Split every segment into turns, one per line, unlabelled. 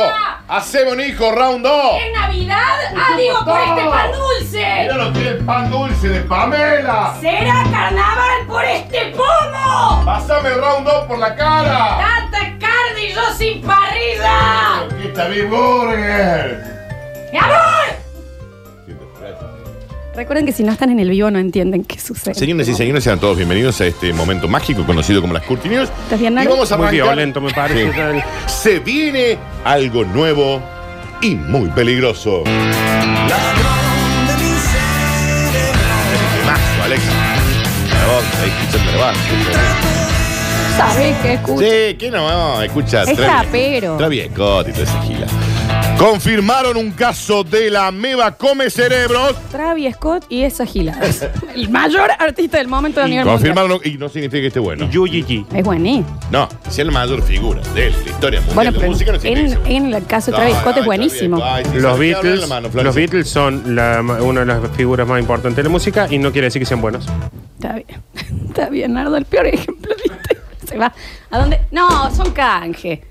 Haceme un hijo, round 2.
En Navidad, adiós por este pan dulce.
Mira lo que es el pan dulce de Pamela.
Será carnaval por este pomo.
Pásame el round 2 por la cara.
Tanta carne y yo sin parrilla.
Aquí está mi burger.
¡Mi amor! Recuerden que si no están en el vivo no entienden qué sucede.
Señoras y señores, sean todos bienvenidos a este momento mágico conocido como las Curti News.
¿Estás bien,
y
Nardo?
vamos a
Muy
arrancar.
violento, me parece.
Sí.
tal.
Se viene algo nuevo y muy peligroso. Mazo, Alexa. Para vos, ahí escuchando la banda.
¿Sabes qué escucha?
Sí, ¿qué no? Escucha,
Es
Travis-
trapero.
Travis Scott y toda esa gila. Confirmaron un caso de la ameba come cerebros.
Travis Scott y esa giladas. el mayor artista del momento de nivel mundial.
Confirmaron un- y no significa que esté bueno.
Yuji G.
Es buenísimo.
No, es la mayor figura de la historia mundial
Bueno,
de
pero
música. No significa que
en,
esté bueno.
en el caso de Travis
No,
Scott
no,
es buenísimo.
Travis Scott, ay, sí,
Los
sabe que habla en la
Beatles,
mano,
los
Florencia.
Beatles son la- una de las figuras más importantes de la música y no quiere decir que sean buenos.
Está bien. Está bien, Nardo. El peor ejemplo, ¿viste? Se va. ¿A dónde? No, son canje.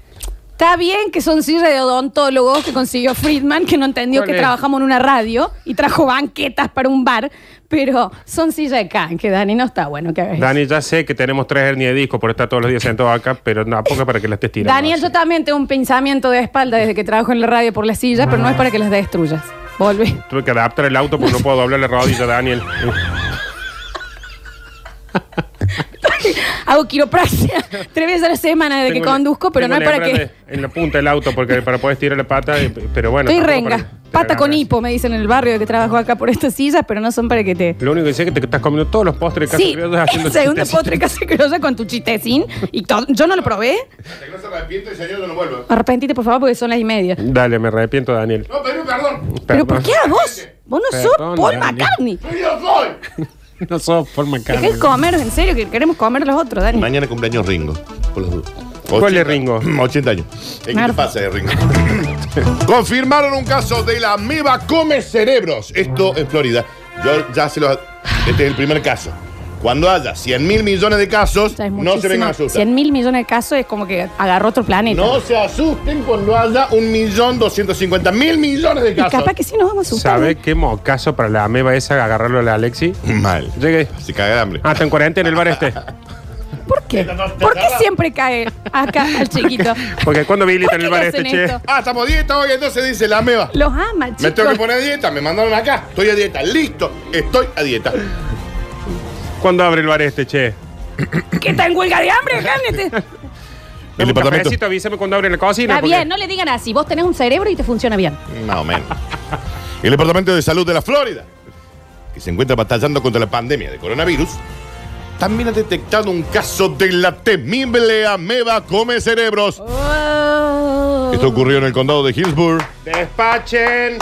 Está bien que son silla de odontólogos que consiguió Friedman, que no entendió
¿Cuál
que
es?
trabajamos en una radio y trajo banquetas para un bar, pero son silla de canje, Dani. No está bueno que hagas eso.
Dani, ya sé que tenemos tres hernias de disco por estar todos los días sentados acá, pero tampoco para que las estés tirando.
Daniel, yo también tengo un pensamiento de espalda desde que trabajo en la radio por las sillas, pero no
Ah.
es para que las destruyas. Volví.
Tuve que adaptar el auto porque no puedo doblar la rodilla, Daniel.
Hago quiropraxia tres veces a la semana desde
Tengo
que
una-
conduzco, pero no
tengo
es
una
para que.
hebra de- En la punta del auto porque para poder tirar la pata, eh, pero bueno.
Estoy
tampoco
renga.
para que te
Pata con
agarres.
hipo, me dicen en el barrio que trabajo acá por estas sillas, pero no son para que te.
Lo único que sé es que te estás comiendo todos los postres de casa
Sí,
criolla haciendo
el segundo
chistecitos.
postre casi criolla con tu chistecín. Y todo. Yo no lo probé.
Hasta que no se arrepiente el señor, yo no vuelvo.
Arrepentite, por favor, porque son las y media.
Dale, me arrepiento, Daniel.
No, pedí un perdón.
¿Pero
Perdón.
por qué a vos? Vos no sos
Perdón,
Paul
Dani.
McCartney.
Soy yo, soy.
No sos por McCartney.
Dejá de comer, en serio, que queremos comer los otros, Dani.
Mañana cumpleaños Ringo, por las dudas.
¿Cuál es
80,
Ringo?
80 años. ¿Eh, ¿Qué te
Nardo.
pasa de Ringo? Confirmaron un caso de la ameba come cerebros. Esto en Florida. Yo ya se los. Este es el primer caso. Cuando haya 100 mil millones de casos,
Ya es
no se vengan
muchísimo.
a asustar.
100 mil millones de casos es como que agarró otro planeta.
No se asusten cuando haya un millón doscientos cincuenta mil millones de
y
casos.
capaz que sí nos vamos a asustar.
¿Sabe qué mocaso para la ameba esa agarrarlo a la Alexi?
Mal.
Llegué.
Se caga de hambre.
Ah, está en cuarentena en el bar este.
¿Por qué? ¿Por qué siempre cae acá al chiquito?
Porque cuando habilitan
¿Por qué
el bar
le
este,
hacen
che.
esto?
Ah, estamos a dieta hoy, entonces dice la ameba.
Los ama, chicos.
Me tengo que poner a dieta, me mandaron acá. Estoy a dieta, listo, estoy a dieta.
¿Cuándo abre el bar este, che?
¿Qué está en huelga de hambre, Hamlet?
El
Dame un
departamento.
cafecito, avísame cuando abren la cocina.
Está
porque-
bien, no le digan así. Vos tenés un cerebro y te funciona bien.
Más o menos. El Departamento de Salud de la Florida, que se encuentra batallando contra la pandemia de coronavirus, también ha detectado un caso de la temible ameba come cerebros.
Oh.
Esto ocurrió en el condado de Hillsburg.
Despachen.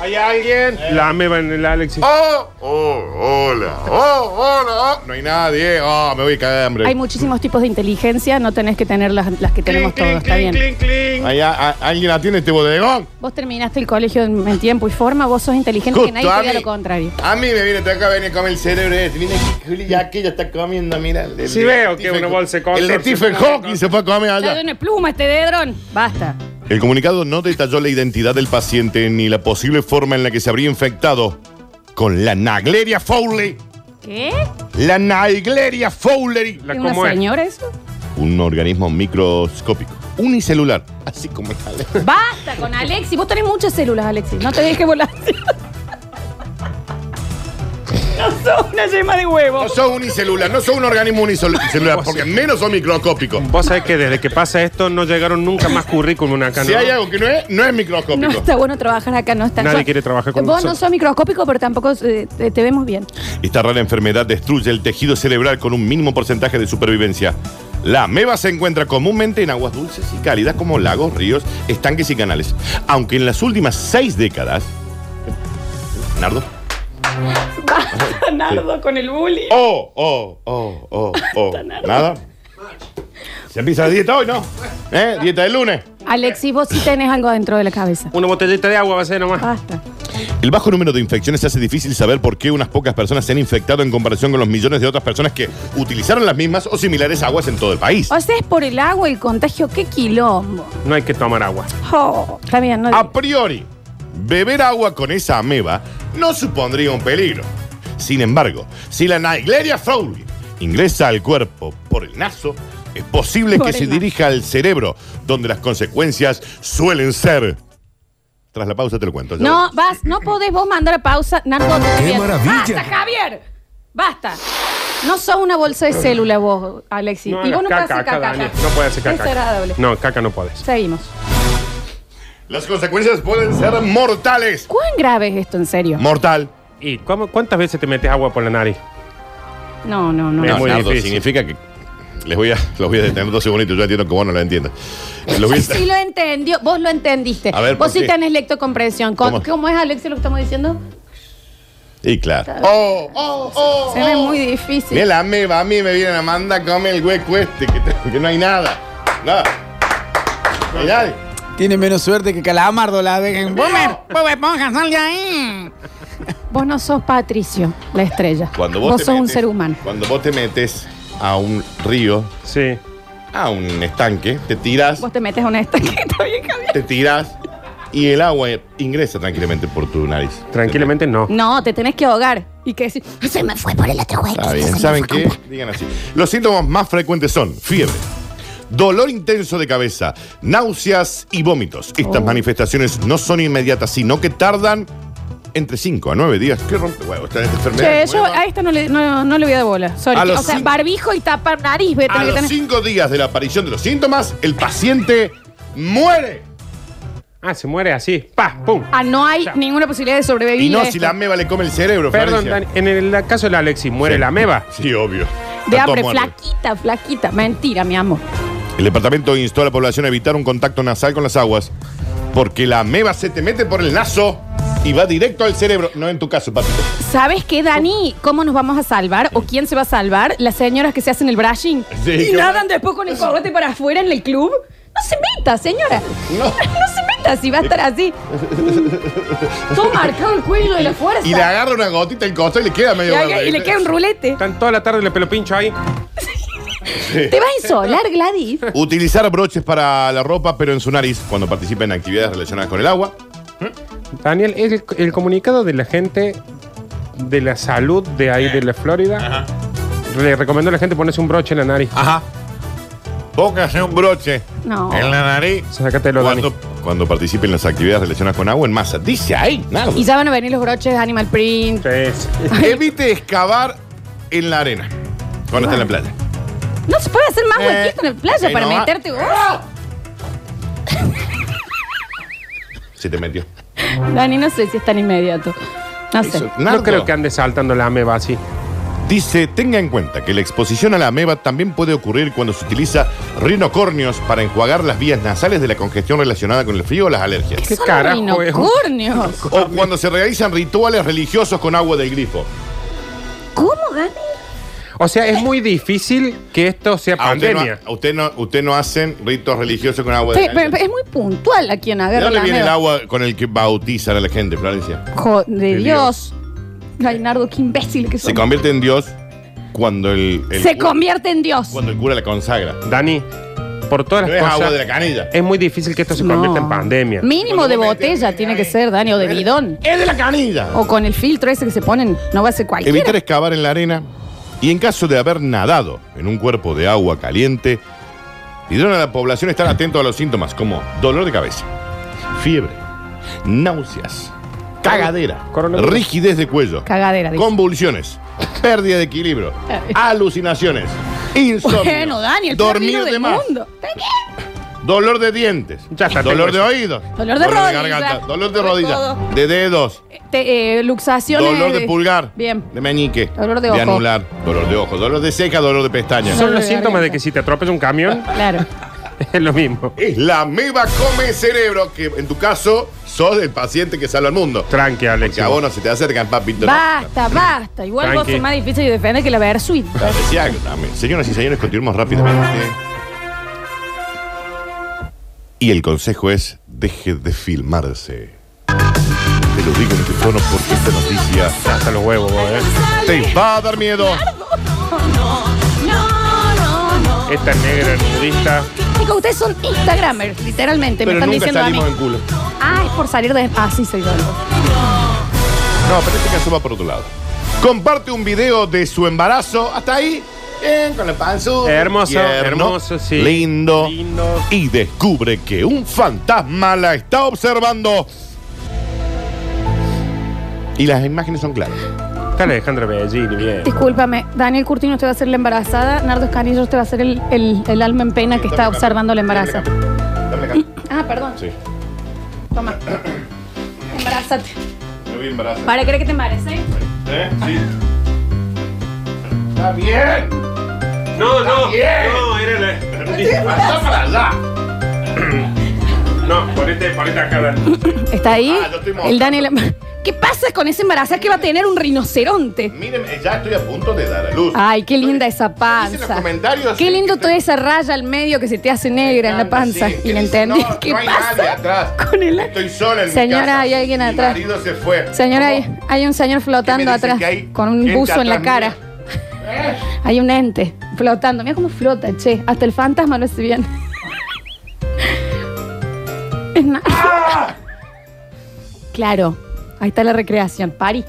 ¿Hay alguien?
Eh.
La ameba en el Alexis.
¡Oh! ¡Oh! ¡Hola! ¡Oh! ¡Hola! oh. No hay nadie. ¡Oh! Me voy a caer de hambre.
Hay muchísimos tipos de inteligencia, no tenés que tener las, las que tenemos todos, está bien.
clink, clink.
Hay- hay- ¿Alguien atiende este bodegón?
Vos terminaste el colegio en, en tiempo y forma, vos sos inteligente que nadie
Justo
te
a
diga
mí.
lo contrario.
A mí me viene hasta acá, viene a comer el cerebro. Este. Viene aquí, Juli, ya que ya está comiendo, mira. el- el-
Sí veo
el
que
Stephen-
una bolsa de
El de
Concord se
Stephen
fue a
Hawking se fue a comer allá.
Dale una pluma este dedrón. Basta.
El comunicado no detalló la identidad del paciente ni la posible forma en la que se habría infectado con la Nagleria Fowleri.
¿Qué?
La Nagleria Fowleri.
La
¿Es una
como es.
señora eso?
Un organismo microscópico, unicelular, así como tal.
Basta con Alexi. Vos tenés muchas células, Alexi. No te dejes volar. no sos una yema de huevo.
No son unicelular, no son un organismo unicelular, porque menos son microscópicos.
Vos sabés que desde que pasa esto no llegaron nunca más currículum acá,
Si
¿no?
hay algo que no es, no es microscópico.
No está bueno trabajar acá, no está.
Nadie
Yo-
quiere trabajar con
Vos
nosotros.
no sos microscópico, pero tampoco eh, te, te vemos bien.
Esta rara enfermedad destruye el tejido cerebral con un mínimo porcentaje de supervivencia. La ameba se encuentra comúnmente en aguas dulces y cálidas como lagos, ríos, estanques y canales. Aunque en las últimas seis décadas... Nardo.
Basta, Nardo, con el bullying.
Oh, oh, oh, oh, oh. Nada. Se empieza la dieta hoy, ¿no? ¿Eh? Dieta del lunes.
Alexis, vos sí tenés algo dentro de la cabeza.
Una botellita de agua va a ser nomás.
Basta.
El bajo número de infecciones hace difícil saber por qué unas pocas personas se han infectado en comparación con los millones de otras personas que utilizaron las mismas o similares aguas en todo el país.
O sea, es por el agua el contagio. ¡Qué quilombo!
No hay que tomar agua.
Oh, está bien, no
A
Ah,
priori, beber agua con esa ameba no supondría un peligro. Sin embargo, si la Naegleria fowleri ingresa al cuerpo por el naso, es posible
Por
que
el
se
naso.
dirija al cerebro, donde las consecuencias suelen ser. Tras la pausa te lo cuento. ya
No, vas, no podés vos mandar a pausa. Nardo,
¡Qué
bien.
maravilla!
¡Basta, Javier! ¡Basta! No sos una bolsa de célula vos, Alexi.
No
y vos
hagas
no
caca,
podés hacer
acá,
caca.
Dani. No puedes hacer caca.
Desagradable.
No, caca no puedes.
Seguimos.
voy. Las consecuencias pueden ser mortales.
¿Cuán grave es esto, en serio?
Mortal.
¿Y cómo- cuántas veces te metes agua por la nariz?
No, no, no.
Es
No,
muy
Nardo,
difícil.
significa que les voy a, los voy a detener dos segunditos. Yo entiendo que vos no lo entiendes. Los voy a-
Sí lo entendió, vos lo entendiste.
A ver, ¿por
vos sí
qué?
tenés lectocomprensión. Con- ¿Cómo?
¿Cómo?
es, Alexi, lo que estamos diciendo?
Y claro. Oh, oh, oh.
Se ve
oh.
muy difícil.
Mira la ameba, a mí me vienen a mandar come el hueco este, que, te- que no hay nada. Nada. No hay nadie.
Tiene menos suerte que Calamardo la dejen. ¡Bomer! ¡Bob Esponja, sal de ahí!
Vos no sos Patricio, la estrella.
Cuando vos, te
sos un
metes-
ser humano.
Cuando vos te metes a un río,
Sí.
a un estanque, te tiras,
Vos te metes a una estaqueta bien, Javier.
te tiras y el agua ingresa tranquilamente por tu nariz.
Tranquilamente no.
No, te tenés que ahogar. Y que decir,
Se me fue por el otro hueco.
Está
se
bien,
me
¿saben
fue
qué? Digan así. Los síntomas más frecuentes son fiebre, dolor intenso de cabeza, náuseas y vómitos.
Oh.
Estas manifestaciones no son inmediatas, sino que tardan entre 5 a 9 días. ¿Qué rompe huevo? Está en esta
Che,
enfermedad.
yo
nueva.
a esta no le, no, no le voy a dar bola. Sorry.
A
O
los
sea,
cin-
barbijo y tapar nariz, voy a
a
tener que tener.
los 5 días de la aparición de los síntomas, el paciente muere.
Ah, se muere así. ¡Pah! ¡Pum!
Ah, no hay
Ya.
ninguna posibilidad de sobrevivir.
Y
a
no
esto.
si la ameba le come el cerebro,
Perdón,
Florencia.
Dani, en el caso del Alexis, ¿muere
Sí.
la meba?
Sí, obvio.
De
Está todo
hambre,
muerto.
flaquita, flaquita. Mentira, mi amor.
El departamento instó a la población a evitar un contacto nasal con las aguas porque la ameba se te mete por el naso y va directo al cerebro. No en tu caso, papito.
¿Sabes qué, Dani? ¿Cómo nos vamos a salvar? ¿O quién se va a salvar? Las señoras que se hacen el brushing.
Sí,
y
qué
nadan después con el cogote para afuera en el club. No se meta, señora. No,
No.
se meta si va a estar así. Todo marcado el cuello de la fuerza.
Y le agarra una gotita el costo y le queda
Y
medio
haga-
verde.
y le queda un rulete.
Están toda la tarde le pelo pincho ahí.
¿Te vas a insolar, Gladys?
Utilizar broches para la ropa, pero en su nariz, cuando participa en actividades relacionadas con el agua.
Daniel, el, el comunicado de la gente de la salud de ahí de la Florida le recomendó a la gente ponerse un broche en la nariz.
Ajá. Póngase un broche
No.
en la nariz.
Sácatelo, Dani.
Cuando, cuando participe en las actividades relacionadas con agua en masa. Dice ahí, Nardo.
Y ya van a venir los broches de Animal Print.
Sí, sí.
Evite excavar en la arena cuando está en la playa.
No se puede hacer más
Eh,
huequito en el playa
eh,
para
no, ah.
meterte vos.
Se te metió.
Dani, no sé si es tan inmediato. No sé.
Eso- Nardo.
No creo que ande saltando la ameba así.
Dice, tenga en cuenta que la exposición a la ameba también puede ocurrir cuando se utiliza rinocornios para enjuagar las vías nasales de la congestión relacionada con el frío o las alergias.
¿Qué
Son
carajo
unicornios.
O cuando se realizan rituales religiosos con agua del grifo.
¿Cómo, Dani?
O sea, es muy difícil que esto sea
Ah, usted, no,
pandemia.
a usted, no, usted no hacen ritos religiosos con agua
Sí,
del
pero es muy puntual a quien
¿De
agarra
dónde
la
viene el
ameba.
agua con el que bautizan a la gente, Florencia?
Jo- de
De
Dios. Ay, Nardo, qué imbécil que
Se
soy.
convierte en Dios cuando el, el
Se
cura-
convierte en Dios.
cuando el cura la consagra.
Dani, por todas
No
las
es
cosas,
agua de la canilla.
es muy difícil que esto se convierta
No.
en pandemia.
Mínimo
Cuando
de
vos metés-
botella tiene que ser, Dani, o de bidón.
¡Es de la canilla!
O con el filtro ese que se ponen, no va a ser cualquiera.
Evitar excavar en la arena y en caso de haber nadado en un cuerpo de agua caliente, pidieron a la población estar atentos a los síntomas como dolor de cabeza, fiebre, náuseas, cagadera,
Coronavirus.
rigidez de cuello,
Cagadera, dice.
convulsiones, pérdida de equilibrio, alucinaciones, insomnio,
Bueno, Dani, el peor
dormir
vino
de
del
más,
mundo.
dolor de dientes,
Ya está,
dolor de
tengo
oídos,
Dolor de rodilla.
garganta, dolor de
De
rodilla,
codo.
de dedos,
Te- eh, luxaciones.
Dolor de pulgar.
Bien.
De meñique.
Dolor de
De
ojo.
anular. Dolor de ojo. Dolor de ceja. Dolor de pestaña.
Dolor
Son los
de
síntomas de
garganta.
que si te atropella un camión,
Claro.
es lo mismo.
Es la ameba come cerebro, que en tu caso sos el paciente que salva al mundo.
Tranqui, Alex.
Que a vos no se te acercan, papito. no.
Basta, basta. Igual vos
Tranqui.
sos más difícil de defender que la Versuit.
Ya decía algo también. Señoras y señores, continuemos rápidamente. Y el consejo es, deje de filmarse. Te lo digo en este tono porque esta noticia
Hasta los huevos, vos, eh.
te va a dar miedo.
Esta negra nudista.
Chicos, ustedes son Instagramers, literalmente.
Pero
me están
nunca
diciendo a mí.
salimos en culo.
Ah, es por salir de. Ah, sí, soy Dolor.
No, pero este caso va por otro lado. Comparte un video de su embarazo. Hasta ahí. Bien, con la panza.
Hermoso, hermoso, sí.
Lindo.
Lindo.
Y descubre que un fantasma la está observando. Y las imágenes son claras.
Está Alejandra Bellini, bien.
Discúlpame, Daniel Curtino usted va a ser la embarazada, Nardo Escanillo usted va a ser el, el- el alma en pena que está observando la embarazada.
Dame acá.
Ah, perdón,
Sí.
toma. Embarázate.
Me voy a embarazar.
¿Para creer que te embarace?
¿Eh? Sí. Está bien.
No, no.
Bien.
No, era la.
Pasá para allá.
No, ponete, ponete acá. Dani.
¿Está ahí?
Ah, yo estoy mostrando.
el Daniel. ¿Qué pasa con ese embarazada que va a tener un rinoceronte?
Miren, ya estoy a punto de dar a luz.
Ay, qué linda
Estoy-
esa
Dicen los
panza.
comentarios.
Qué lindo toda esa raya al medio que se te hace negra en la panza.
Sí,
Y
que
la
dice,
entendí.
no,
¿Qué
no hay nadie atrás.
pasa? Con el.
Estoy sola en mi
Señora,
casa.
hay alguien atrás.
Mi marido se fue.
Señora, hay,
¿Cómo?
hay un señor
¿Qué
flotando
me dicen
atrás
que hay
con un
gente
buzo en la
atrás
cara. Hay un ente flotando. Mira cómo flota, che. Hasta el fantasma lo hace bien. Es na- Claro. Ahí está la recreación. Pari.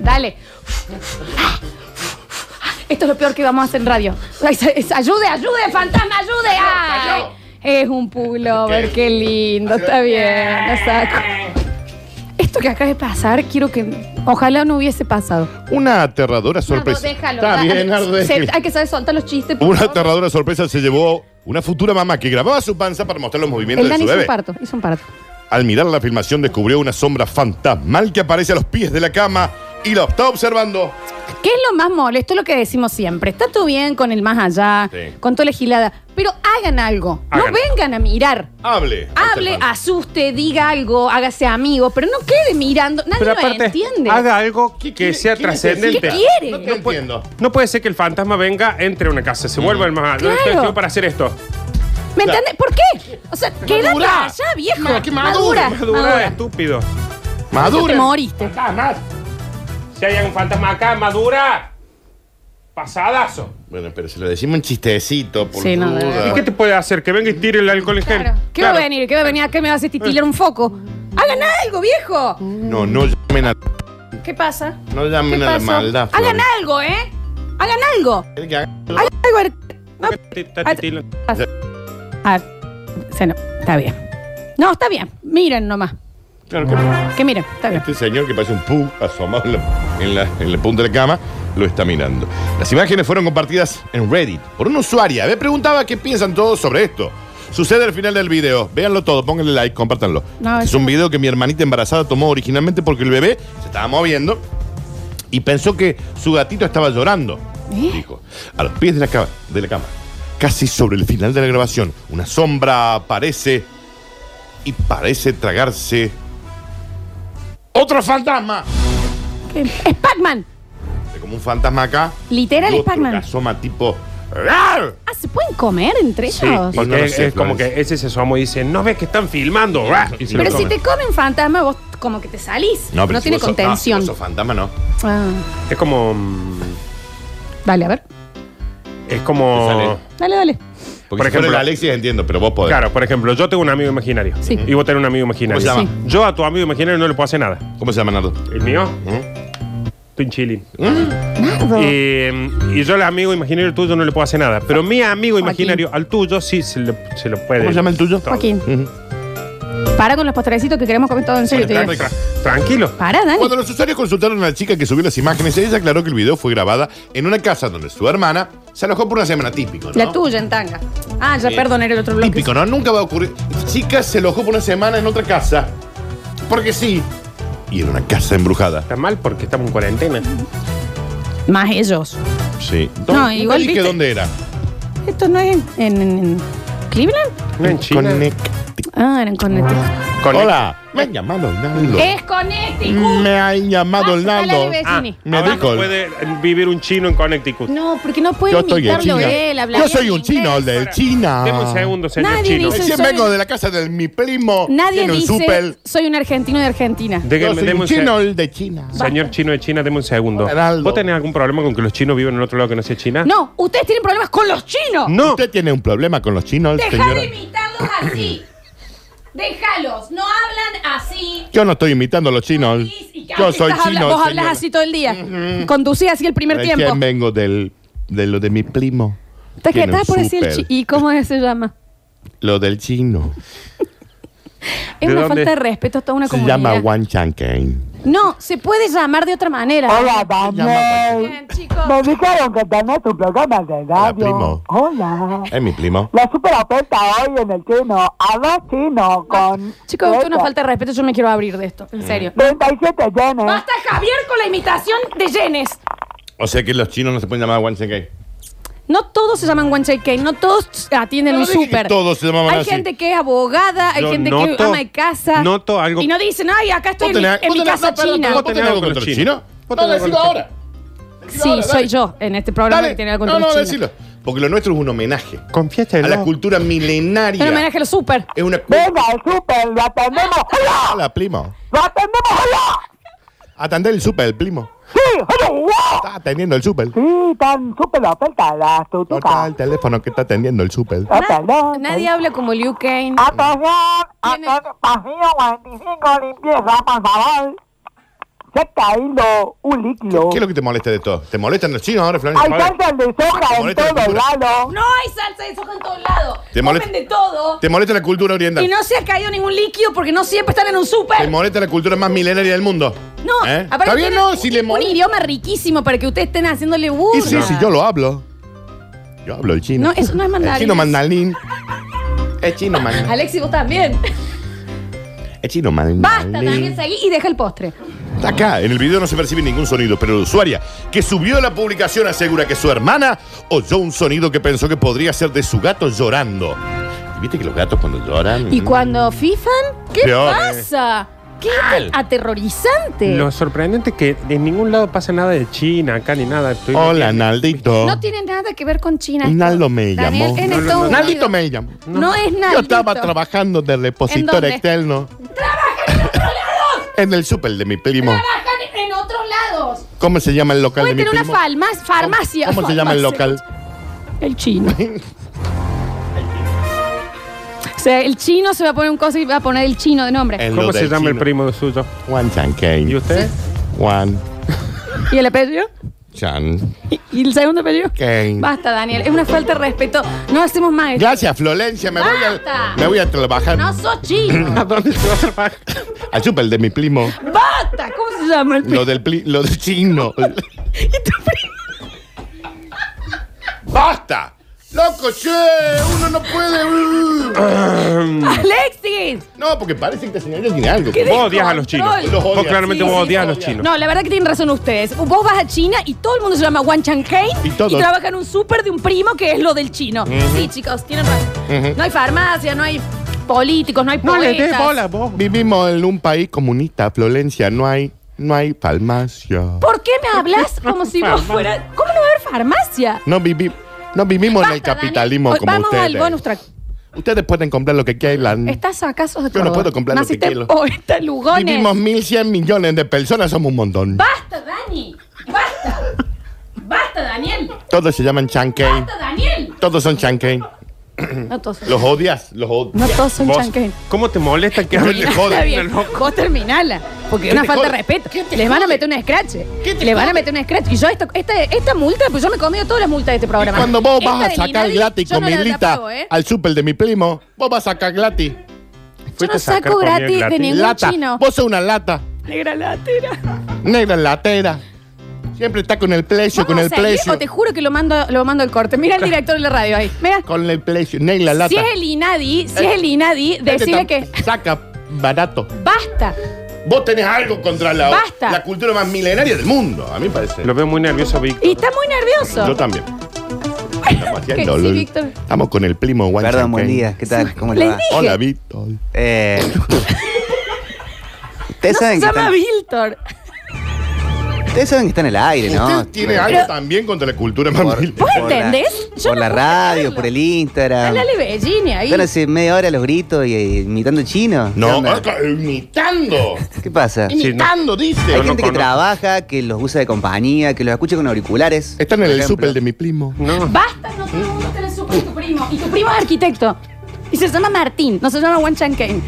Dale. Esto es lo peor que vamos a hacer en radio. Ay, se- se- Ayude, ayude, fantasma, ayude. Ay, es un pullover,
¿Qué?
qué lindo. Está bien, lo saco. Esto que acaba de pasar, quiero que. Ojalá no hubiese pasado.
Una aterradora sorpresa.
Nardo, déjalo.
Está
da-
bien, Nardo,
se-
déjalo.
Hay que saber soltar los chistes. por
Una
favor.
aterradora sorpresa se llevó una futura mamá que grababa su panza para mostrar los movimientos
El
de
Dani
su
hizo un
bebé.
parto, hizo un parto.
Al mirar la filmación descubrió una sombra fantasmal que aparece a los pies de la cama y la está observando.
¿Qué es lo más molesto? Es lo que decimos siempre. Está todo bien con el más allá,
Sí.
con toda la gilada, pero hagan algo.
Hagan
No vengan a mirar.
Hable.
Hable, asuste, diga algo, hágase amigo, pero no quede mirando. Nadie
Pero
lo
aparte,
entiende.
haga algo que
quiere-
sea
qué necesita?
trascendente.
Ah, ¿Qué quiere?
No te
No
entiendo.
No puede ser que el fantasma venga, entre a una casa, se vuelva el más.
Claro.
No estoy activo para hacer esto.
¿Me entiendes? ¿Por qué? O sea, quédate
Madura.
allá, viejo.
Ma- que madura,
Madura, eh. estúpido.
Te
Madure.
moriste.
más. Si hay un fantasma acá, madura. Pasadazo.
Bueno, pero se lo decimos un chistecito, por
Sí, no,
duda.
de
¿Y qué te puede hacer? Que venga y tire el alcohol en gel.
Claro. ¿Qué va a venir? ¿Qué va a venir? ¿A qué me vas a titilar un foco? ¡Hagan algo, viejo!
No, no llamen a,
¿Qué pasa?
no llamen
¿Qué
a la
pasó?
maldad.
Hagan
Florencia.
algo, ¿eh? Hagan algo.
¿Quieres que haga?
Hagan algo. er- No.
Está titilando.
Ah, se no. Está bien. No, está bien. Miren nomás.
Claro que no.
Que miren. Está bien.
Este señor que parece un pu asomado en la, en la- en la punta de la cama lo está mirando. Las imágenes fueron compartidas en Reddit por una usuaria. Me preguntaba qué piensan todos sobre esto. Sucede al final del video. Véanlo todo, pónganle like, compártanlo.
No,
es
eso-
un video que mi hermanita embarazada tomó originalmente porque el bebé se estaba moviendo y pensó que su gatito estaba llorando.
¿Eh?
Dijo, a los pies de la, cama, de la cama, casi sobre el final de la grabación, una sombra aparece y parece tragarse otro fantasma. Este-
¿Qué? Es Pac-Man.
Es como un fantasma acá.
Literal
y
es
otro
Pac-Man.
que asoma tipo... "Rar".
Ah, ¿se pueden comer entre ellos?
Sí, y
Porque
no lo
es,
sé,
es como
Florencia.
que ese se asoma y dice, no ves que están filmando. ¡Ra! Y se lo
Pero si
come.
te comen fantasma, vos como que te salís. No,
pero si
tiene
vos sos- no, si
contención.
vos sos fantasma no.
Ah,
Es como... mm,
dale, a ver.
Es
Te
como...
sale.
Dale, dale.
Porque
Por
por
ejemplo-
ejemplo, Alexis entiendo, pero vos podés.
Claro, por ejemplo, yo tengo un amigo imaginario.
Sí.
Y vos tenés un amigo
¿Cómo
imaginario.
se llama?
Yo a tu amigo imaginario no le puedo hacer nada.
¿Cómo se llama, Nardo?
El mío,
¿Mm?
Pinchilín.
Nardo.
Y, mm, y yo al amigo imaginario tuyo no le puedo hacer nada. Pero mi amigo imaginario al tuyo sí se lo, se lo puede.
¿Cómo se llama el tuyo?
Joaquín.
Ujú.
Para con los postrecitos que queremos comer todo en serio. te digo.
Tra-
Tranquilo.
Para, Dani.
Cuando los usuarios consultaron a la chica que subió las imágenes, ella aclaró que el video fue grabada en una casa donde su hermana se alojó por una semana típico, ¿no?
La tuya en tanga. Ah, ya
Bien.
perdoné el otro bloque.
Típico, ¿no? Nunca va a ocurrir. Esta chica se alojó por una semana en otra casa. Porque sí. Y en una casa embrujada.
Está mal porque estamos en cuarentena.
Mm. Más ellos.
Sí.
No, igual,
dije
viste-
dónde era.
¿Esto no es en, en- en Cleveland?
No en China.
Ah, eran con
Con-
Hola. Me han llamado Naldo.
Es Connecticut.
Me han llamado Naldo.
Ah,
Me
ahora
dijo
no
el-
puede vivir un chino en Connecticut.
No, porque no
Ah, Yo
puede
estoy en
imitarlo
China.
él, hablar
Yo soy
en
un chino, el
inglés.
de China.
Deme un segundo, señor
Ah. Nadie
chino.
dice-
Recién
Soy-
vengo de la casa de mi primo.
Nadie
Tiene un
dice
súper.
soy un argentino de Argentina.
Déjeme-
Yo soy
deme
un
un se-
chino, el de China.
Señor chino de China, deme un segundo.
Hola, Naldo.
¿Vos tenés algún problema con que los chinos viven en otro lado que no sea China?
No, ustedes tienen problemas con los chinos.
No.
¿Usted tiene un problema con los chinos,
Deja
señora?
de imitarlos así. Déjalos, no hablan así.
Yo no estoy imitando a los chinos.
Y- y-
Yo
estás
soy
habla-
chino,
Vos
señora.
hablas así todo el día. Conducí así el primer
Recién
tiempo.
vengo del, de lo de mi primo.
Estás que
Tiene un
estás por decir el
súper.
chi- ¿Y cómo es- se llama?
Lo del chino.
Es
¿De
una
dónde?
falta de respeto a toda una
Se
comunidad.
llama Wang Chang Kang.
No, se puede llamar de otra manera.
Hola, Daniel.
Bien, chicos.
Me dijeron que tenés tu programa de
primo.
radio. Hola.
Es mi primo.
La super oferta hoy en el chino. Habla chino con...
Chicos, esto es una
Eso.
falta de respeto. Yo me quiero abrir de esto, en serio.
37 yenes.
Basta, Javier, con la imitación de Yenes.
O sea que los chinos no se pueden llamar Wang Chang Kang.
No todos se llaman One Cake, no todos atienden
No
un
dije que
súper.
todos se llamaban
Hay
así.
gente que es abogada, hay
Yo
gente que
noto-
ama de casa.
noto algo-
Y no dicen, ay, acá estoy en mi, en mi casa china.
¿Vos
tenés
tenés algo contra los chinos? No, decilo ahora.
sí,
ahora,
soy
dale.
yo en este programa
Dale.
que tiene algo
No,
contra
no,
los chinos.
decilo. Porque lo nuestro es un homenaje
Confiesa
a la cultura milenaria.
Un homenaje a los súper.
Es una
Venga, el super, lo atendemos. Hola.
Hola, primo.
Lo atendemos. Hola.
Atendé el super, el primo.
Sí, hola. wow.
Está atendiendo el super.
Sí, tan super la oferta. La Eh,
No está
tutuca.
el teléfono que está atendiendo el super.
Atendemos.
Nadie habla como Liu Kane.
Ah. Atención,
Tiene-
atención, pasillo 45, limpieza, por favor. Se ha caído un líquido.
¿Qué es lo que te molesta de todo? ¿Te molestan los chinos ahora,
Hay
Florencia?
salsa de soja en
molesta la
todo
cultura.
lado.
No hay salsa de soja en todos lados.
Te molesta-
Comen de todo.
¿Te molesta la cultura oriental?
Y no se ha caído ningún líquido porque no siempre están en un
¿Te
súper.
molesta la cultura más milenaria del mundo?
No,
¿Eh?
aparte
Está bien,
tienen
no,
un-
si le
Un
molesta.
idioma riquísimo para que ustedes estén haciéndole burla.
Y sí, sí, yo lo hablo. Yo hablo el chino.
No, eso no es mandarín.
El chino mandarín. Es chino mandarín.
Alexi, vos también.
Es chino mandarín.
Basta, Daniel, seguí y deja el postre.
Acá, en el video no se percibe ningún sonido, pero la usuaria que subió la publicación asegura que su hermana oyó un sonido que pensó que podría ser de su gato llorando. Y viste que los gatos cuando lloran.
Y
mm,
cuando fifan, ¿qué
Peor. eh.
pasa? ¿Qué
Mal.
aterrorizante?
Lo sorprendente es que en ningún lado pasa nada de China, acá ni nada. Estoy-
Hola, Naldito.
No tiene nada que ver con China.
Naldo me
Daniel,
llamó.
en
No, no,
Estados
Naldito
Unidos.
me llamó.
No, es nada.
Yo estaba trabajando de repositor
dónde?
externo. En el súper de mi primo.
Trabajan en otros lados.
¿Cómo se llama el local de
Pueden
mi
tener una
primo?
farma- farmacia.
¿Cómo se llama el
Farmacia.
local?
El chino. o sea, el chino se va a poner un cosa y va a poner el chino de nombre.
El-
¿Cómo
Lo
se
del
llama el
chino.
primo suyo?
Juan Chan
¿Y
Kane.
usted?
Juan
¿Y el apellido?
Chan
¿Y, y el segundo apellido?
Kane.
Basta, Daniel. Es una falta de respeto. No hacemos más esto.
Gracias, Florencia. Me voy
Basta.
a, me voy a trabajar
No sos chino.
¿A dónde se va a trabajar?
al súper de mi primo.
¡Basta! ¿Cómo se llama el
Lo del, pli- lo del chino.
¿Y tu primo?
¡Basta! ¡Loco, che! ¡Uno no puede! uh.
¡Alexis!
No, porque parece que esta señora tiene algo.
¿Qué
Vos-
Vos odias a los chinos.
Descontrol.
Los
Vos
odias.
claramente
Sí,
vos
sí,
odias a
los
los chinos.
No, la verdad que tienen razón ustedes. Vos vas a China y todo el mundo se llama Wang Changkei
Y todo.
trabaja en un súper de un primo que es lo del chino. Sí, chicos, tienen razón. No hay farmacia, no hay políticos, no hay
No le des
poetas.
bola, vos.
Vivimos en un país comunista, Florencia. No hay, no hay farmacia.
¿Por qué me hablas como si vos fueras... ¿Cómo no va a haber farmacia?
No, vivi- no vivimos en el
Basta,
capitalismo
Daniel.
como
Vamos al
ustedes.
bonus track.
Ustedes pueden comprar lo que quieran.
¿Estás acaso de
Yo no
Córdoba?
puedo comprar lo que
Naciste
quiero.
poeta este Lugones.
Vivimos 1.100 millones de personas, somos un montón.
¡Basta, Dani! ¡Basta! ¡Basta, Daniel!
Todos se llaman Chankane.
¡Basta, Daniel!
Todos son Chankane.
No todos son,
Los odias, los odias.
no todos son
Vos,
chanquén.
¿Cómo te molesta que
Termina.
hable?
jodas,
Está bien.
no, no.
Vos terminala. Porque es una
te
falta de
jode?
respeto.
¿Qué te
Les van a
jode?
meter un scratch.
¿Qué te
Les van a
jode?
meter un scratch. Y yo esta, esta, esta multa, pues yo me he comido todas las multas de este programa.
Cuando vos
Esta
vas a
de
sacar
Minardi,
gratis ah,
yo no la- la
comilita
pago, ¿eh?
al súper de mi primo, vos vas a sacar gratis.
Yo
Fuiste
no
a sacar
saco
comida
gratis de
gratis.
ningún
Lata.
chino.
Vos sos una lata.
Negra latera.
Negra latera. Siempre está con el plecio, con
Vamos
el
a seguir
plecio.
o te juro que lo mando, lo mando al corte. Mira el director de la radio ahí. Mira.
Con el plecio. Negra lata.
Si es el Inadi, si
Eh,
es el Inadi,
Este
decirle
tam-
que
Saca barato.
basta.
Vos tenés algo contra la,
Basta.
la cultura más milenaria del mundo, a mí me parece.
Lo veo muy nervioso, Víctor.
Y está muy nervioso.
Yo también. Estamos haciendo.
sí,
lo-
Víctor.
Estamos con el primo Juan
Perdón,
Chancay.
buen día. ¿Qué tal? ¿Cómo
Le
le va?
dije.
Hola, Víctor.
Eh, ustedes,
No se
saben que
llama
están, Ah.
Víctor.
ustedes saben que está en el aire, ¿no?
Usted tiene algo también contra la cultura más
Por-
milenaria.
¿Vos
por la-
entendés? Yo
por
no
la
puedo
radio,
creerlo.
por el Instagram.
Háblale Bellini ahí.
Están hace media hora los gritos y, y imitando chino. ¿Qué,
No,
onda?
ah, imitando.
¿Qué pasa? Hay
no.
Imitando, dice.
no
gente que
conozco.
trabaja, que los usa de compañía, que los escucha con auriculares.
Están en
por
el
ejemplo.
súper de mi primo.
No.
Basta, no te gusta el súper de tu primo. Y tu primo es arquitecto. Y se llama Martín, no se llama Wan Chan Kane.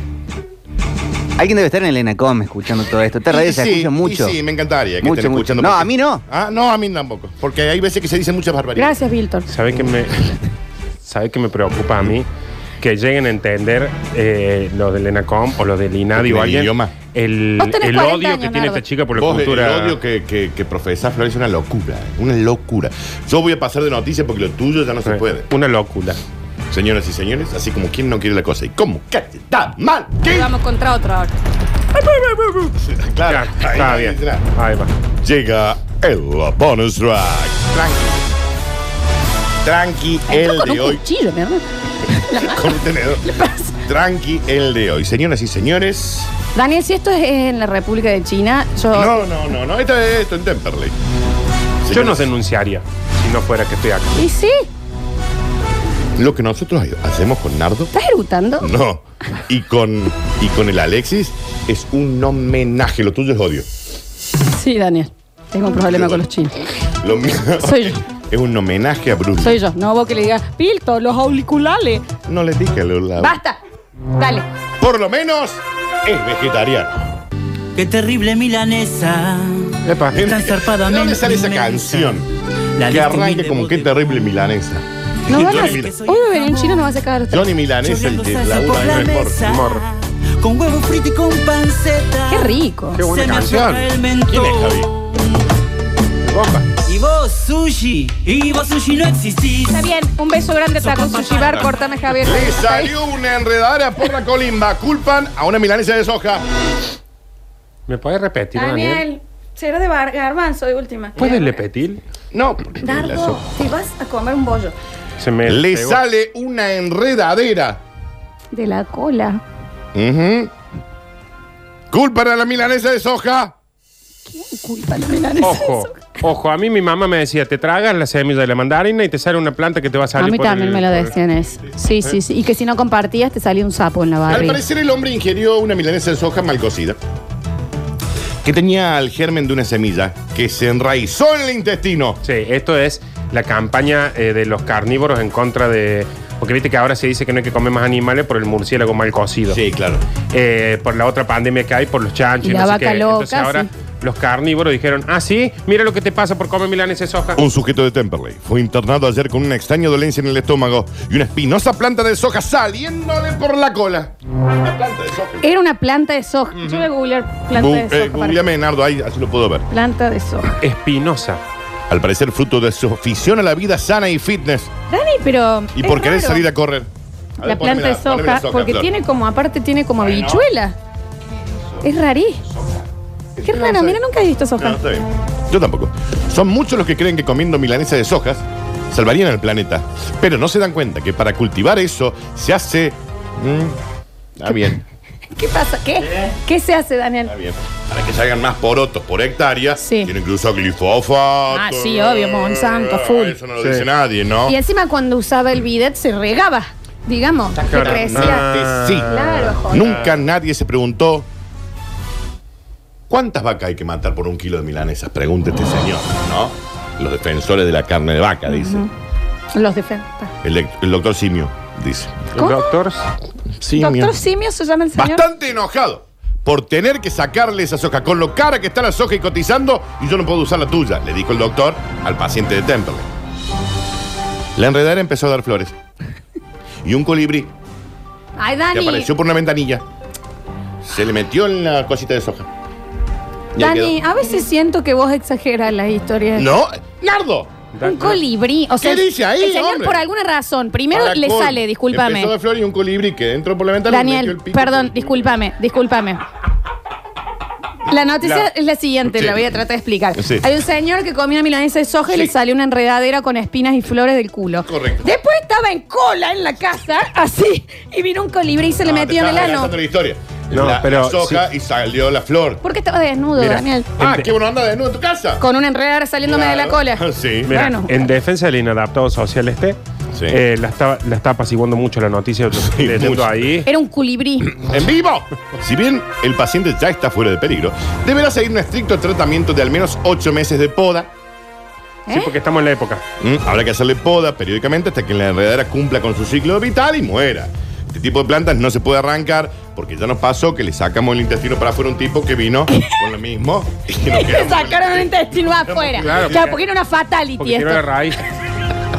Alguien debe estar en el ENACOM escuchando todo esto. Esta radio
Y
se
sí,
escucha
y
mucho.
Sí, me encantaría que
Mucho,
estén
mucho.
escuchando.
No,
porque-
a mí no.
Ah, no, a mí tampoco. Porque hay veces que se dicen muchas barbaridades.
Gracias, Víctor.
¿Sabe que me, sabe que me preocupa a mí? Que lleguen a entender eh, lo del ENACOM o lo del INADI
Del
o alguien.
idioma.
El,
Vos tenés
el
40
odio
años,
que tiene
Nardo.
esta chica por la
Vos, eh,
cultura.
el odio que, que, que profesás, Flores, es una locura. eh, Una locura. Yo voy a pasar de noticias porque lo tuyo ya no se
Eh,
puede.
Una locura.
Señoras y señores, así como quien no quiere la cosa. ¿Y cómo? ¿Qué está mal?
Pero
¿Qué?
Vamos contra otro ahora.
Claro,
Ya,
ahí
está
no
bien.
dice nada.
Ahí va.
Llega el bonus track. Tranqui. Tranqui
Entró
el
con
de
un
hoy.
cuchillo, mi hermano.
Con un tenedor. Tranqui el de hoy. Señoras y señores.
Daniel, si esto es en la República de China, yo.
No, no, no, no. Esto es esto en Temperley.
Yo no
Señoras,
denunciaría si no fuera que estoy acá.
¿Y sí?
Lo que nosotros hacemos con Nardo.
¿Estás erutando?
No. Y con, y con el Alexis es un homenaje. Lo tuyo es odio.
Sí, Daniel. Tengo un problema con los chinos.
Lo mío
Soy yo.
es un homenaje a Bruno.
Soy yo. No vos que le digas, Pilto, los auriculares.
No le dije a Lola.
Basta. Dale.
Por lo menos es vegetariano.
Qué terrible milanesa.
Epa.
Tan zarpada
¿De dónde
menos
sale esa
milanesa.
canción?
La
que
lista
arranque
humilde
como
voz
qué
de-
terrible milanesa.
No van a...
Johnny,
Hoy
Mil-
va a venir un chino, no vas a sacar.
Johnny Milanesa, el
Chorreando
que
salsa
labura
por la
en el morro.
mesa.
morro.
Con huevo frito y con panceta.
Qué rico.
Qué buena
Se me
canción.
afloja el mentón.
¿Quién es Javi?
Bomba.
Y vos sushi. Y vos sushi no existís.
Está bien, un beso grande está con Sushi Bar, cortame Javier.
Le salió una enredadera por la colimba. Culpan a una milanesa de soja.
¿Me puedes repetir, Daniel?
Daniel, será de bar- garbanzo de última.
¿Puedes repetir?
No, porque la
Dardo,
soja.
te vas a comer un bollo.
Se me
Le
pegó.
sale una enredadera.
De la cola.
Ujú. Culpan a la milanesa de soja.
Culpa la milanesa.
Ojo, ojo, a mí mi mamá me decía, te tragas la semilla de la mandarina y te sale una planta que te va a salir
A mí
por
también
el-
me lo
por el-
decían eso. Sí, sí, sí. Y que si no compartías te salía un sapo en la
Al
barriga.
parecer el hombre ingirió una milanesa de soja mal cocida. Que tenía el germen de una semilla que se enraizó en el intestino.
Sí, esto es la campaña eh, de los carnívoros en contra de... Porque viste que ahora se dice que no hay que comer más animales por el murciélago mal cocido.
Sí, claro.
Eh, por la otra pandemia que hay, por los chanchos.
Y la
no sé
vaca
qué.
loca,
Entonces ahora
sí.
los carnívoros dijeron, ah, sí, mira lo que te pasa por comer milanesa de soja.
Un sujeto de Temperley fue internado ayer con una extraña dolencia en el estómago y una espinosa planta de soja saliéndole por la cola. Una planta de soja.
Era una planta de soja. Yo voy a googlear planta
Bu-
de soja.
eh,
para-
googleame, Nardo, ahí así lo puedo ver.
Planta de soja.
Espinosa.
Al parecer, fruto de su afición a la vida sana y fitness
Dani, pero.
y
es
por querer
raro.
salir a correr. A ver,
La
poneme
planta de
poneme la
soja, porque
Flor.
tiene como, aparte, tiene como
Bueno.
habichuela. Es rarí. Qué
No,
rara, mira,
está bien.
nunca he visto soja.
No, está bien. Yo tampoco. Son muchos los que creen que comiendo milanesa de sojas salvarían al planeta, pero no se dan cuenta que para cultivar eso se hace. mm, está bien,
¿Qué pasa? ¿Qué? ¿Qué se hace, Daniel?
está bien. Para que salgan más porotos por hectárea,
Sí.
tiene que usar glifofato.
Ah, sí, obvio, Monsanto, full.
Eso no lo
Sí.
dice nadie, ¿no?
Y encima cuando usaba el bidet se regaba, digamos. que
claro.
crecía.
Ah, Sí.
Claro, joder.
Nunca nadie se preguntó. ¿Cuántas vacas hay que matar por un kilo de milanesas? Pregunta este señor, ¿no? Los defensores de la carne de vaca, dice.
Los defensa.
El, doc- el doctor Simio, dice.
El
¿Cómo?
doctor.
Doctor Simio se llama el señor.
Bastante enojado por tener que sacarle esa soja con lo cara que está la soja y cotizando y yo no puedo usar la tuya, le dijo el doctor al paciente de Temple. La enredadera empezó a dar flores. Y un colibrí
Ay,
que
Dani.
apareció por una ventanilla se le metió en la cosita de soja. Y ahí
Dani, a veces siento que vos exageras las
quedó.
historias.
No, Nardo.
Un colibrí. O sea,
¿Qué dice ahí,
el señor
hombre?
por alguna razón. Primero
Para
le
col-
sale,
Empezó a
discúlpame.
dar flores y un colibrí que entró por la ventana. le metió
Daniel,
el pico pues.
perdón,
por-
discúlpame, discúlpame. La noticia
La-
es la siguiente,
Sí.
la voy a tratar de explicar.
Sí.
Hay un señor que comía milanesa de soja y
Sí.
le salió una enredadera con espinas y flores del culo.
Correcto.
Después estaba en cola en la casa, así, y vino un colibrí y se le
No,
metió en
Ah, te
el
estás
ano.
adelantando la historia.
No,
la,
pero
la soja y salió la flor.
¿Por qué estaba desnudo,
Mira.
Daniel?
Ah, qué bueno anda de nuevo en tu casa.
Con una enredadera saliéndome de la
Claro.
cola.
Sí.
Mira,
Bueno.
en defensa del inadaptado social este,
Sí.
eh, la, está, la está apaciguando mucho la noticia.
Sí,
leyendo
mucho.
ahí.
Era un colibrí.
¡En vivo! Si bien el paciente ya está fuera de peligro, deberá seguir un estricto tratamiento de al menos 8 meses de poda.
Sí,
¿Eh?
porque estamos en la época.
Mm, Habrá que hacerle poda periódicamente hasta que la enredadera cumpla con su ciclo vital y muera. Este tipo de plantas no se puede arrancar porque ya nos pasó que le sacamos el intestino para afuera a un tipo que vino con lo mismo y nos
Le
quedamos-
sacaron el intestino afuera.
Claro,
Claro,
porque-
porque era una fatality
Porque tiene
esto.
la raíz.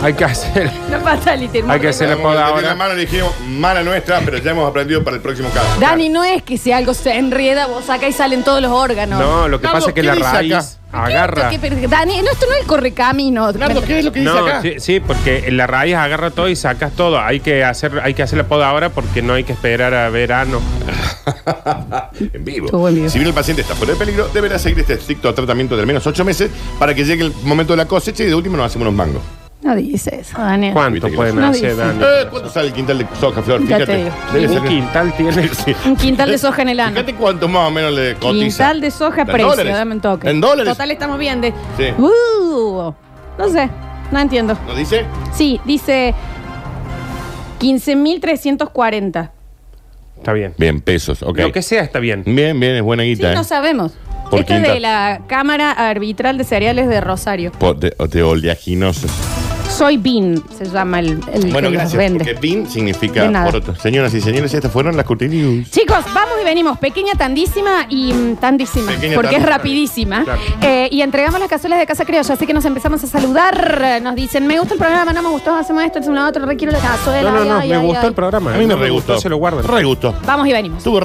Hay que hacer.
Una fatality.
Hay que
hermano.
hacer la
Como que
poda
tenía
ahora.
la mano y dijimos, mala nuestra, pero ya hemos aprendido para el próximo caso.
Dani, no es que si algo se enrieda, vos sacás y salen todos los órganos.
No, lo que
Nardo,
pasa es que
¿qué
la
dice
raíz
¿Qué
agarra.
esto? ¿Qué per- Dani, no, esto no es el correcamino.
Nardo, ¿qué es lo que dice
No,
acá?
sí, sí, porque la raíz agarra todo y sacas todo. Hay que hacer, hay que hacer la poda ahora porque no hay que esperar a verano.
en vivo.
Estuvo en vivo.
Si bien el paciente está fuera de peligro, deberá seguir este estricto tratamiento de al menos 8 meses para que llegue el momento de la cosecha y de último nos hacemos unos mangos.
No dice eso, Daniel.
¿Cuánto
que
pueden
no
hacer,
dice.
Dani?
Eh, ¿Cuánto sale el quintal de soja, Flor?
Ya
Fíjate.
te digo.
Debe
Un
ser-
quintal tiene.
Sí.
Un quintal de soja en el ano.
Fíjate cuánto más o menos le cotiza.
Quintal de soja a
En
precio,
dólares.
dame un toque.
En dólares.
Total estamos bien de.
Sí.
Uh, no sé, no entiendo.
¿No dice?
Sí, dice 15.340.
Está bien.
Bien, pesos, ok.
Lo que sea está bien.
Bien, bien, es buena
Sí,
guita.
no
eh.
sabemos.
Por
Esto es
quintal.
de la Cámara Arbitral de Cereales de Rosario.
Por- de, de oleaginosos.
Soy Bean, se llama el, el
Bueno,
que los
gracias.
vende.
Porque PIN
De
significa
nada.
poroto. Señoras y señores, estas fueron las cortinillas.
Chicos, vamos y venimos. Pequeña tandísima y mm, tandísima.
Pequeña
porque es
tandísima.
rapidísima.
Claro.
Eh, y entregamos las cazuelas de Casa Criolla, así que nos empezamos a saludar. Nos dicen, me gusta el programa, no me gustó, hacemos esto, hacemos lo otro, requiero la cazuela.
No, no,
ay,
no,
ay,
me
ay,
gustó
ay.
el programa. eh.
A mí me
No
re gustó.
Se lo guardan.
Re gustó.
Vamos y venimos.
Estuvo